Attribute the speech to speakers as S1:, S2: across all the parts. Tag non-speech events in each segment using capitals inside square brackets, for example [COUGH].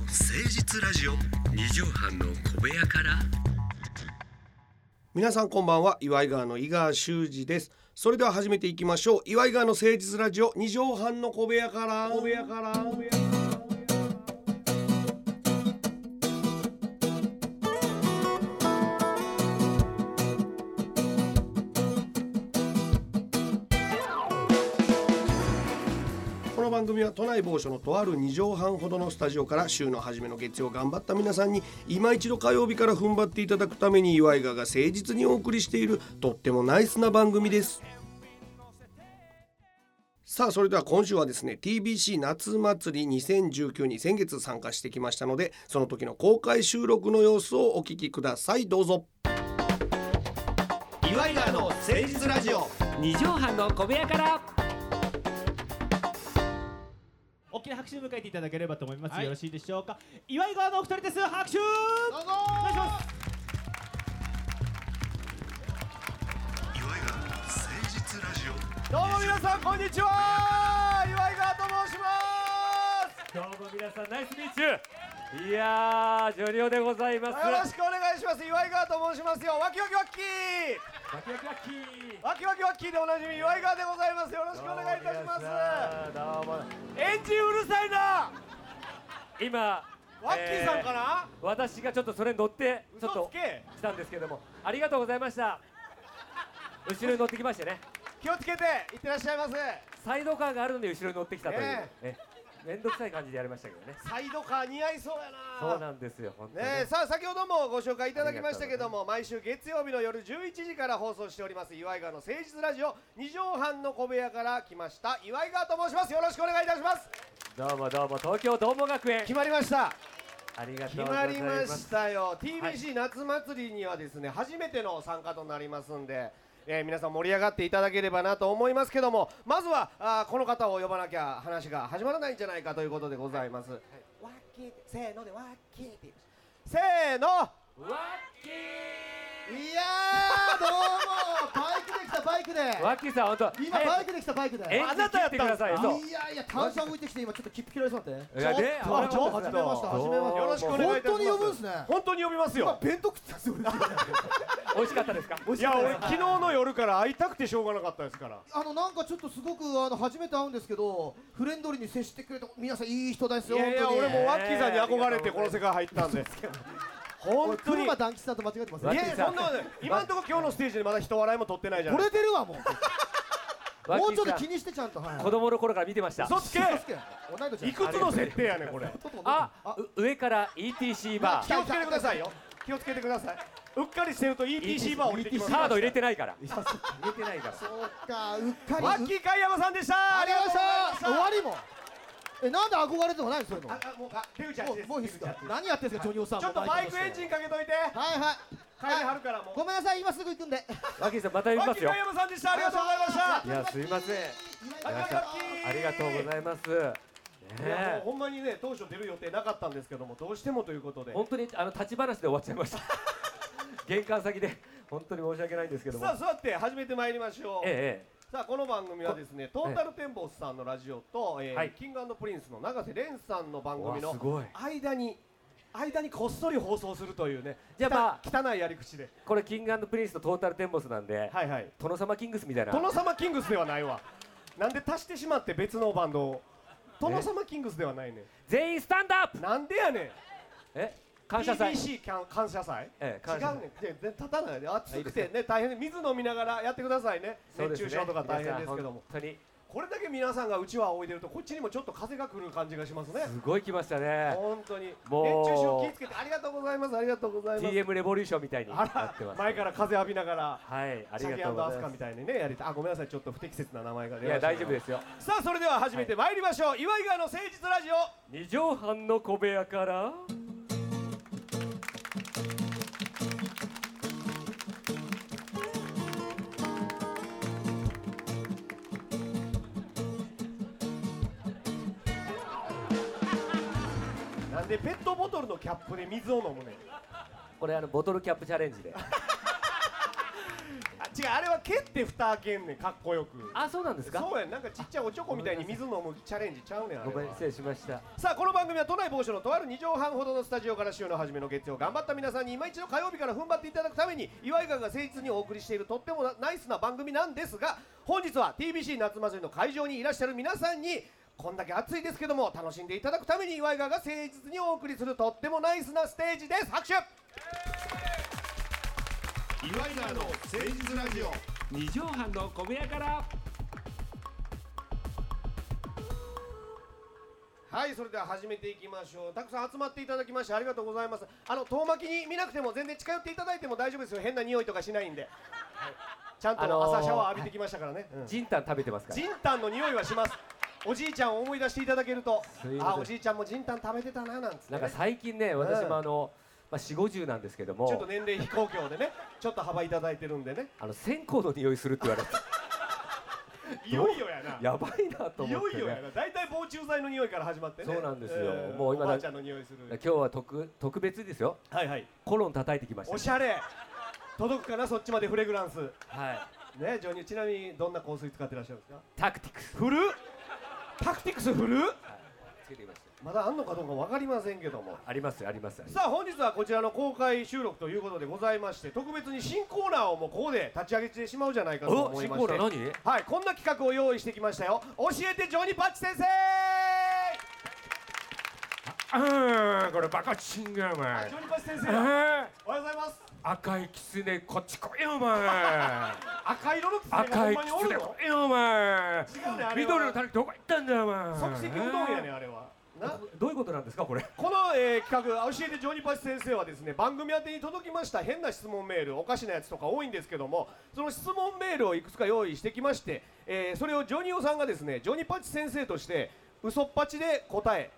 S1: 日ラジオ二畳半の小部屋から
S2: 皆さんこんばんは岩井川の井川修司ですそれでは始めていきましょう岩井川の誠実ラジオ二畳半の小部屋から小部屋からこの番組は都内某所のとある2畳半ほどのスタジオから週の初めの月曜頑張った皆さんに今一度火曜日から踏ん張っていただくために岩井川が誠実にお送りしているとってもナイスな番組ですさあそれでは今週はですね TBC 夏祭り2019に先月参加してきましたのでその時の公開収録の様子をお聞きくださいどうぞ岩井川の誠実ラジオ
S1: 二畳半の小部屋から
S3: 大きな拍手を迎えていただければと思います、よろしいでしょうか岩井川のお二人です拍手お願いします
S1: 岩井川の誠実ラジオ
S4: どうも皆さんこんにちは岩井川と申しま
S3: どうも皆さんナイスミー
S5: いやー、ジョリオでございます。
S4: すよろしくお願いします岩井川と申しますよわきわきわっき
S5: バキバキバキ
S4: ーわきわきわっきーでおなじみ岩井川でございますよろしくお願いいたします
S5: どうも。
S4: エンジンうるさいな
S5: 今、
S4: ワッキーさんか
S5: え
S4: な、
S5: ー私がちょっとそれに乗って、ちょっ
S4: 嘘
S5: と
S4: つけ
S5: 来たんですけども、ありがとうございました。後ろに乗ってきましてね、
S4: 気をつけていってらっしゃいます
S5: サイドカーがあるんで後ろに乗ってきたという、
S4: ね
S5: ねめんどくさい感じでやりましたけどね。
S4: サイドカー似合いそうやな
S5: そうなんですよ、本当に、
S4: ねえさあ先ほどもご紹介いただきましたけども毎週月曜日の夜11時から放送しております岩井川の誠実ラジオ2畳半の小部屋から来ました岩井川と申しますよろしくお願いいたします
S5: どうもどうも、東京ドーモ学園
S4: 決。まりました
S5: ありがと
S4: 決
S5: うご
S4: ま
S5: ざいます。
S4: りましたよ TBC 夏祭りにはですね初めての参加となりますんで、えー皆さん盛り上がっていただければなと思いますけどもまずはあーこの方を呼ばなきゃ話が始まらないんじゃないかということでございます、ワッキーせーのでワッキーってせーのワッキーいやーどうもバイクできたバイクで
S5: ワッキーさん、本当。
S6: 今
S5: え
S6: バイクできたバイクで。
S5: エンジン切ってください。そう。
S6: いやいや単車置いてきて今ちょっと切符切られそうだって。
S5: いやね
S6: あ
S5: あ
S6: ちょっと始めました始めました。
S4: よろしくお願い
S6: 本
S4: いたしま
S6: 当
S4: す
S6: に呼ぶんですね。
S4: 本当に呼びますよ
S6: 弁当食ってたんですよ。俺
S5: 美味しかったですか。
S4: いや俺昨日の夜から会いたくてしょうがなかったですから
S6: あのなんかちょっとすごくあの初めて会うんですけどフレンドリーに接してくれて皆さんいい人です
S4: い
S6: よ。
S4: やいや
S6: 本当に
S4: 俺もワッキーさんに憧れてこの世界入ったんで本
S6: 俺
S4: 当にい
S6: 車団吉さんと間違えてますね。
S4: やそんなことない今んとこ今日のステージでまだ人笑いも取ってないじゃん
S6: 惚れてるわもう。
S5: ワッキーさん
S6: もうちょっと気にしてちゃんと。はい
S5: 子供の頃から見てました。
S4: 嘘つけ
S6: 嘘つけ同い年
S4: [LAUGHS]
S6: だ
S4: いくつの設定やねんこれ
S6: ちょっと
S5: あ、う上から ETC バー
S4: 気をつけてくださいよ気をつけてくださいうっかりしてると ETC バー降りてきます
S5: カード入れてないから
S6: いやそっか
S5: 入れてないから
S6: そうかうっかり。
S4: ワッキー貝山さんでした
S6: ありがとうございました。終
S4: あ
S6: わりも。えなんで憧れてもないのそういうの。
S4: りがとうございましたあもうあ出口あっ
S6: も
S4: ちで
S6: う
S4: す
S6: もういいですか何やってんすかジョニオさん
S4: ちょっとバイクエンジンかけといて
S6: はいはい
S4: 帰りはるからもう
S6: ごめんなさい今すぐ行くんで
S5: ワッキーさんまた呼び
S4: ワ
S5: ま
S4: ッキ
S5: す
S4: ー
S5: よ
S4: 貝山さんでしたありがとうございました
S5: いやすいません
S6: 岩井
S4: ワ
S6: 川
S4: ッキ
S6: さ
S4: ー
S6: ん
S5: ありがとうございますね
S4: いやもう
S5: え
S4: ほんまにね当初出る予定なかったんですけどもどうしてもということで
S5: 本当にあの立ち話で終わっちゃいました [LAUGHS] 玄関先で本当に申し訳ないんですけども
S4: さあ座って始めてまいりましょう、
S5: え
S4: さあこの番組はですねトータルテンボスさんのラジオと、えー
S5: はい
S4: キングプリンスの永瀬廉さんの番
S5: えええ
S4: 組
S5: うわす
S4: の
S5: ごい
S4: 間に間にこっそり放送するというね
S5: じゃあまあ
S4: 汚汚いやり口で
S5: これキングプリンスとトータルテンボスなんで
S4: はいはい
S5: 殿様キングスみたいな
S4: 殿様キングスではないわなんで足してしまって別のバンドを殿様キングスではないね
S5: 全員スタンドアップ
S4: なんでやねん
S5: え感謝祭
S4: TBC キャン感謝祭
S5: ええ
S4: 違
S5: 感
S4: う
S5: 謝祭
S4: ねん全然立たないで暑
S5: い
S4: く
S5: です
S4: てね大変で水飲みながらやってくださいね
S5: そうで
S4: 熱
S5: すね
S4: 中症とか大変ですけ
S5: 皆さん
S4: ども
S5: 本当に
S4: これだけ皆さんがうちわを置いてるとこっちにもちょっと風が来る感じがしますね
S5: すごい来ましたね
S4: 本当に熱
S5: もう
S4: 中症気をつけてありがとうございますありがとうございます
S5: TM レボリューションみたいになってます
S4: 前から風浴びながら
S5: はいあり
S4: チャ
S5: が
S4: ギ
S5: とうご
S4: ア
S5: ざ
S4: ス
S5: い
S4: カ
S5: ま
S4: みたいにねやりたいあごめんなさいちょっと不適切な名前が
S5: す
S4: 出
S5: い
S4: ま
S5: や
S4: した
S5: 大丈夫ですよ
S4: すさあそれでは始めてまいりましょう、岩井川の誠実ラジオ
S5: 二畳半の小部屋から
S4: なんでペットボトルのキャップで水を飲むねん
S5: これあのボトルキャップチャレンジで
S4: あ違違うあれは蹴って蓋開けんねんかっこよく
S5: あそうなんですか
S4: そうやんなんかちっちゃいおちょこみたいに水飲むチャレンジちゃうねんあれ
S5: ご
S4: は
S5: めん失礼しました
S4: さあこの番組は都内某所のとある2畳半ほどのスタジオから週の初めの月曜頑張った皆さんに今一度火曜日から踏ん張っていただくために岩井川が誠実にお送りしているとってもなナイスな番組なんですが本日は TBC 夏祭りの会場にいらっしゃる皆さんにこんだけ暑いですけども楽しんでいただくために岩井川が誠実にお送りするとってもナイスなステージです拍手
S1: 岩井川の誠実ラジオ
S7: 二畳半の小部屋から
S4: はいそれでは始めていきましょうたくさん集まっていただきましてありがとうございますあの遠巻きに見なくても全然近寄っていただいても大丈夫ですよ変な匂いとかしないんで、ちゃんと
S5: あのー
S4: 朝シャワー浴びてきましたからね、うん
S5: ジンタン食べてますから
S4: ジンタンの匂いはしますおじいちゃんを思い出していただけると
S5: すいません
S4: あおじいちゃんもジンタン食べてたななんつって
S5: な
S4: ね、
S5: んか最近ね私もあの、まあ、4 5 0なんですけども
S4: ちょっと年齢非公表でねちょっと幅いただいてるんでね
S5: あの線香の匂いするって言われて
S4: [LAUGHS] いよいよやな
S5: やばいなと
S4: い
S5: 思
S4: よ
S5: っ
S4: い
S5: て、ね、
S4: よやな大体防虫剤の匂いから始まってね
S5: そうなんですよ
S4: ん
S5: もう今だ
S4: おばあちゃんの匂いする
S5: 今日は特特別にですよ
S4: はいはい
S5: コロン叩いてきました、
S4: おしゃれ届くかなそっちまでフレグランス
S5: はい
S4: ねジョニーちなみにどんな香水使ってらっしゃるんですか
S5: タクティクス
S4: フルタクティクスフル
S5: つけてきました
S4: まだあんのかどうか分かりませんけども
S5: ありますよありますよあります
S4: さあ本日はこちらの公開収録ということでございまして特別に新コーナーをもうここで立ち上げてしまうじゃないかと
S5: お
S4: 思い
S5: 新
S4: ま
S5: コ
S4: し
S5: ー
S4: て
S5: ナー何
S4: はいこんな企画を用意してきましたよ教えてジョニーパッチ先生
S7: ああこれバカチンがお
S4: あ
S7: 前
S4: ジョニーパッチ先生だ
S7: あ
S4: おはようございます
S7: あ赤いキツネこっち来いよお
S5: [LAUGHS]
S7: 前
S4: 赤色のキツネがほ
S7: 赤
S4: ん
S7: い
S4: ま
S7: キ
S4: にお
S7: ツ
S4: る
S7: ネ
S4: の
S7: 来いよお前
S4: 違うねあれ
S7: 緑の
S4: は
S7: タヌキどこ行ったんだよお前
S4: 即席うどんやねあれはな
S5: どういうことなんですかこれ
S4: この、えー企画「教えてジョニーパチ先生」はですね番組宛てに届きました変な質問メールおかしなやつとか多いんですけどもその質問メールをいくつか用意してきまして、えーそれをジョニオさんがですねジョニーパチ先生として嘘っぱちで答え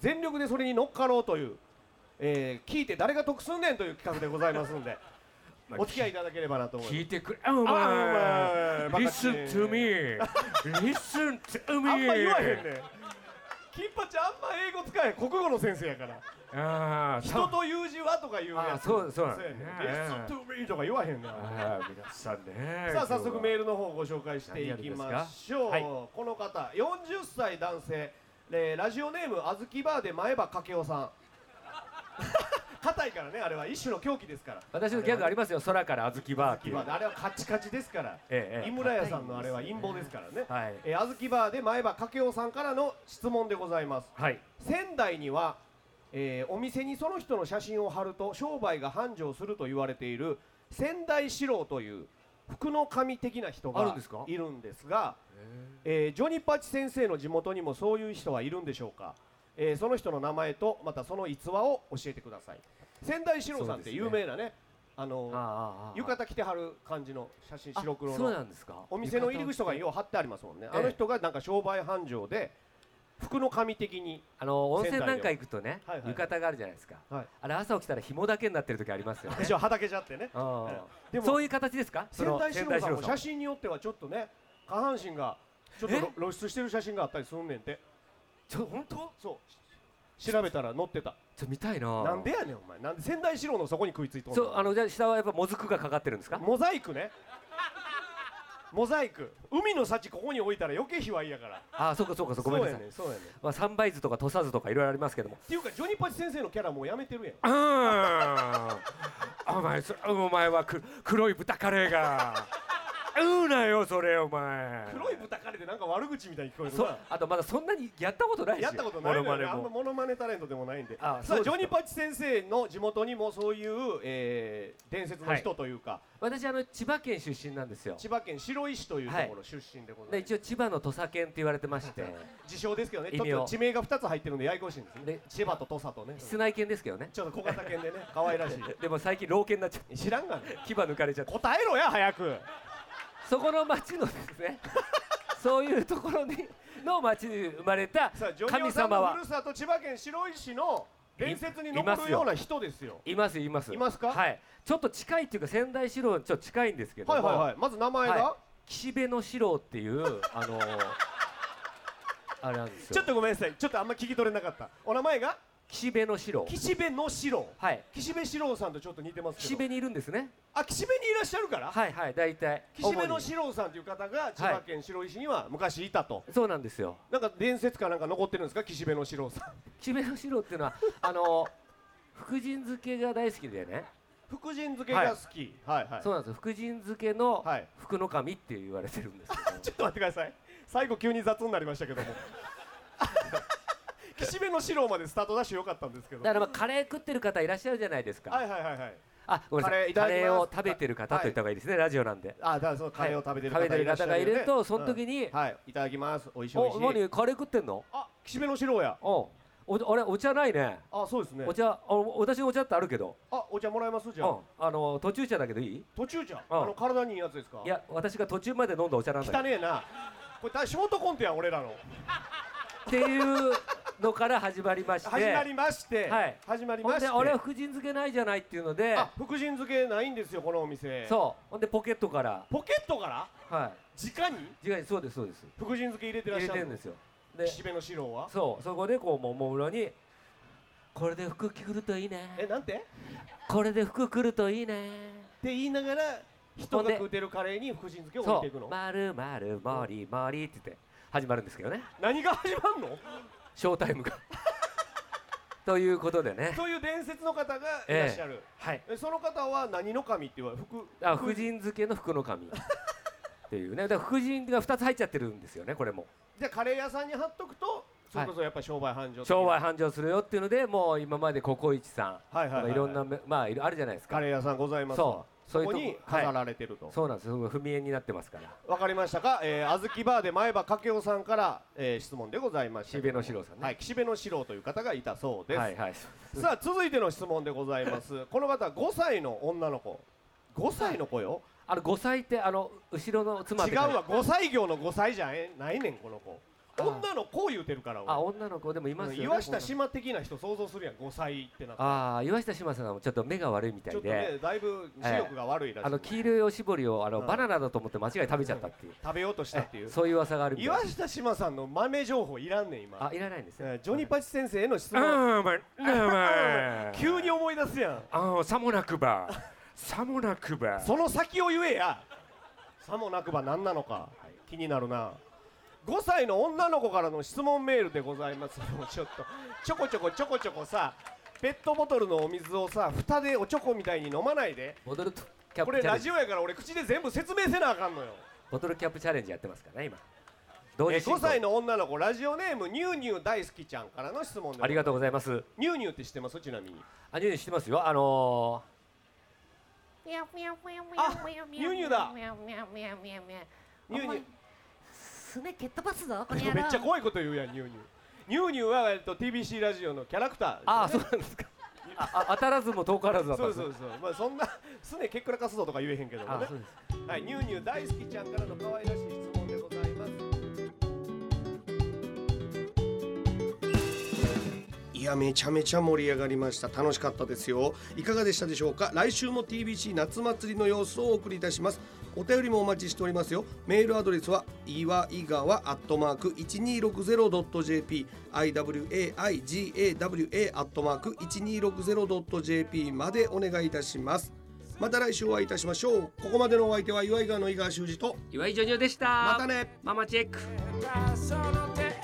S4: 全力でそれに乗っかろうという、えー聞いて誰が得すんねんという企画でございますん [LAUGHS] で
S7: まあ
S4: お付き合いいただければなと思います
S7: 聞いてくれお前
S4: あお前バカチン
S7: Listen to me Listen to
S4: あ
S7: me
S4: んま言わへんねん金八あんま英語使えへん国語の先生やから
S7: ああさ
S4: 人という字はとか言うや
S5: あ
S4: つ
S5: そうそうなん
S4: そう
S5: ですね
S4: やね。Yes to me とか言わへんな。
S7: ああ皆さんね
S4: さあ早速メ
S7: ル
S4: ールの方をご紹介していきましょう。
S5: 何やるんですかはい
S4: この方40歳男性、えーラジオネームあずきバーで前歯かけおさん。 [LAUGHS] 硬いからねあれは一種の狂気ですから。
S5: 私のギャグありますよ空から小豆バーっていう
S4: 今あれはカチカチですから。
S5: え
S4: 井村屋さんのあれは陰謀ですからね。
S5: はい
S4: えー、あずきバーで前歯かけおさんからの質問でございます。
S5: はい
S4: 仙台には、えーお店にその人の写真を貼ると商売が繁盛すると言われている仙台四郎という服の神的な人
S5: ある
S4: が
S5: んですか
S4: いるんですがえージョニパチ先生の地元にもそういう人はいるんでしょうか、えーその人の名前とまたその逸話を教えてください仙台四郎さんって有名なねあの
S5: ああああ
S4: 浴衣着てはる感じの写真白黒
S5: あそう
S4: の
S5: なんですか
S4: お店の入り口とかによう貼ってありますもんね、
S5: ええ
S4: あの人がなんか商売繁盛で服の神的に
S5: あの温泉なんか行くとね、
S4: はいはい
S5: 浴衣があるじゃないですか、
S4: はい
S5: あれ朝起きたら紐だけになってる時ありますよね
S4: 私ははだけちゃってね
S5: うん
S4: でも
S5: そういう形ですかそ
S4: 仙
S5: の
S4: 台四郎さん
S5: 仙
S4: も
S5: 台
S4: 写真によってはちょっとね下半身がちょっとろ露出してる写真があったりすんねんて
S5: ちょ本当
S4: そう調べたら載ってた
S5: ちょ見たいな
S4: なんでやねんお前なんで仙台四郎のそこに食いついとん
S5: そうあ
S4: の
S5: のじゃあ下はやっぱもずくがかかってるんですか
S4: モザイクねモザイク海の幸ここに置いたら余計卑猥やから
S5: あそうかそうかそうごめんなさ
S4: そ
S5: い
S4: うやねんそうやねんっ
S5: まあ三杯酢とか土佐酢とかいろいろありますけども
S4: ていうかジョニパチ先生のキャラもうやめてるやん
S7: ああお前そお前はく黒い豚カレ
S4: [LAUGHS]
S7: ーが言うなよそれお前
S4: 黒い豚カレーでなんか悪口みたいに聞こえる
S5: そ
S4: な
S5: あとまだそんなにやったことないし
S4: やったことないのよ、ね、
S5: モノマネ
S4: あんま
S5: も
S4: モノマネタレントでもないんで
S5: あ
S4: さ
S5: そう
S4: あ
S5: です
S4: ジ
S5: か
S4: ョニーパチ先生の地元にもそういう、えー伝説の人というか、
S5: 私あの千葉県出身なんですよ
S4: 千葉県白石というところ出身でござ
S5: で
S4: います、
S5: 一応千葉の土佐犬って言われてまして
S4: [LAUGHS] 自称ですけどね
S5: 異
S4: ちょっ
S5: 名
S4: と地名が2つ入ってるんでややこしいんですね
S5: で
S4: 千葉と土佐とね
S5: 室内犬ですけどね
S4: ちょっと小型
S5: [LAUGHS]
S4: 犬でね可愛らし
S5: でも最近老犬になっちゃっ
S4: い知らんがね
S5: て牙抜かれちゃって
S4: 答えろや早く
S5: そこの町のです
S4: [LAUGHS]
S5: ねそういうところにの町に生まれた
S4: さあジョニオ
S5: 神
S4: さんの
S5: 様
S4: ふ
S5: は
S4: るさと千葉県白石の伝説に
S5: います
S4: 残
S5: よ
S4: るような人ですよ
S5: いますいます
S4: いますか
S5: はいちょっと近いっていうか仙台四郎にちょっと近いんですけども、
S4: はいはいはいまず名前が、
S5: は岸辺の四郎って
S4: [LAUGHS]
S5: いうあのー、あれなんですよ
S4: ちょっとごめんなさいちょっとあんま聞き取れなかったお名前が
S5: 岸辺の城
S4: 岸辺の四郎
S5: はい
S4: 岸辺四郎さんとちょっと似てますけど
S5: 岸辺にいるんですね
S4: あ岸辺にいらっしゃるから、
S5: はいはい大体
S4: 岸辺の
S5: 主に
S4: 四郎さんという方が千葉県白石には昔いたと、
S5: そうなんですよ
S4: なんか伝説かなんか残ってるんですか岸辺の四郎さん
S5: 岸辺の城ってい
S4: [LAUGHS]
S5: うのはあの福神漬けが大好きでね、
S4: 福神漬けが好きはいはい
S5: そうなんですよ福神漬けの
S4: はい
S5: 福の神って言われてるんですけど、
S4: [LAUGHS] ちょっと待ってください最後急に雑になりましたけども岸辺の四郎までスタートダッシュ良かったんですけど
S5: だ
S4: は
S5: から
S4: い
S5: まあカレー食ってる方いらっしゃるじゃないですか、
S4: はいはいはい
S5: あごめんなさい
S4: カレーいただ
S5: カ
S4: きます
S5: レーを食べてる方と言った方がいいですねラジオなんで
S4: あだからそのカレーを食べてる方,、
S5: はい食べてる方がいるとその時に
S4: はいいただきますおいしいおいし
S5: お
S4: い
S5: 何カレー食ってんの
S4: あ岸辺の四郎や
S5: おおあれお茶ないね
S4: あそうですね
S5: お茶あお私のお茶ってあるけど
S4: あお茶もらえますじ
S5: う
S4: ゃ
S5: ん
S4: あ
S5: あの途中茶だけどいい
S4: 途中茶
S5: うん
S4: あの体にいいやつですか
S5: いや私が途中まで飲んだお茶なんだ
S4: 汚
S5: よ
S4: ねえなこれ大ショートコントやん俺らの
S5: っていうのから始まりまして
S4: 始まりまして、
S5: はい
S4: 始まりま
S5: ほ
S4: し
S5: ん
S4: て
S5: で俺は福神漬けないじゃないっていうので
S4: あ福神漬けないんですよこのお店
S5: そうほんでポケットから
S4: ポケットから
S5: は
S4: 直に
S5: い違うそうですそうです
S4: 福神漬け入れてらっ
S5: 入
S4: し
S5: れ
S4: ゃ
S5: て
S4: る
S5: る
S4: の
S5: んですよで
S4: 岸辺の四郎は
S5: そうそこでこうもも裏にこれで服着るといいね
S4: えなんてって
S5: これで服着るといいね
S4: 言いながら人が食うてるカレーに福神漬けを置い
S5: そ
S4: ていうく
S5: 「
S4: の
S5: まるまるもりもり」って言って始まるんですけどね
S4: 何が始まんの
S5: ショータイムが [LAUGHS] ということでね
S4: という伝説の方がいらっし
S5: [LAUGHS]
S4: ゃる、
S5: はい
S4: えその方は何の神って言われ福
S5: あ福神漬けの福の神っていうねだから福神が2つ入っちゃってるんですよねこれも
S4: じゃあカレー屋さんに貼っとくとそれこそやっぱ商売繁盛的な
S5: 商売繁盛するよっていうのでもう今までココイチさん、
S4: はいはいはいはい
S5: とかいろんなめまあいろあるじゃないですか
S4: カレー屋さんございますわ
S5: そうそういう
S4: ことこ
S5: こ
S4: に
S5: はい
S4: 飾られてると、
S5: そうなんですよ踏み絵になってますから
S4: わかりましたか、えー、あずきバーで前歯かけおさんから、えー、質問でございました
S5: 岸辺の四郎さんね
S4: はい岸辺の四郎という方がいたそうです、
S5: はいはい
S4: さあ続いての質問でございま
S5: [LAUGHS]
S4: すこの方5歳の女の子5歳の子よ
S5: あの5歳ってあの後ろの妻っ
S4: 違
S5: て
S4: うわ5歳業の5歳じゃえないねんこの子
S5: あー
S4: 女の子言うてるから俺
S5: あ女の子でもいますよ、ね、
S4: 岩下志麻的な人想像するやん5歳ってなったら
S5: ああ岩下志麻さんはちょっと目が悪いみた
S4: ち
S5: い
S4: ょっと
S5: で、
S4: ねだいぶ視力が悪いらしい、
S5: あの黄色いおしぼりをあの、
S4: うん
S5: バナナだと思って間違い食べちゃったっていう、
S4: 食べようとしたっていう
S5: そういう噂があるみたい
S4: 岩
S5: です
S4: 下志麻さんの豆情報いらんねん今
S5: あいらないんですね
S4: えージョニーパチ先生への質
S7: う
S4: 問、
S7: ん、まあ、ねまあ
S4: 急に思い出すやん
S7: ああ、さもなくば。さもなくば。
S4: その先を言えやさもなくば何なのか気になるな5歳の女の子からの質問メールでございます [LAUGHS] もうちょっとちょこちょこちょこちょこさペットボトルのお水をさ蓋でおちょこみたいに飲まないで
S5: ボトルキャッ
S4: こ
S5: プ
S4: れ
S5: チャレ
S4: ラ
S5: ンジ
S4: ジオやから俺口で全部説明せなあかんのよ、
S5: ボトルキャップチャレンジやってますからね今同
S4: え
S5: 時
S4: ー
S5: 進行
S4: 5歳の女の子ラジオネームニューニュー大好きちゃんからの質問で
S5: ありがとうございます
S4: ニューニューって知ってますちなみに
S5: あニューニュー知ってますよあの
S4: ニューニューだニューニュー
S8: すね蹴っ飛ばすぞこの野郎
S4: めっちゃ怖いこと言うやんニューニューニューニューは、えっと、TBC ラジオのキャラクターです、ね、
S5: ーああそうなんですかああ当たらずも遠からずだったん
S4: そう
S5: です
S4: そ
S5: ね
S4: うそう、まあ、そんな、すね、けっくらかすぞとか言えへんけども
S5: あ
S4: ね
S5: そう。です
S4: はい、ニューニュー大好きちゃんからの可愛らしい質問でございます。
S2: いやめちゃめちゃ盛り上がりました楽しかったですよいかがでしたでしょうか来週も TBC 夏祭りの様子をお送りいたしますお便りもお待ちしておりますよメールアドレスは岩井川アットマーク 1260.jp iwaigawa アットマーク 1260.jp までお願いいたしますまた来週お会いいたしましょうここまでのお相手は岩井川の井川修司と
S5: 岩井ジョニオでした
S2: またね
S5: ママチェック
S7: その手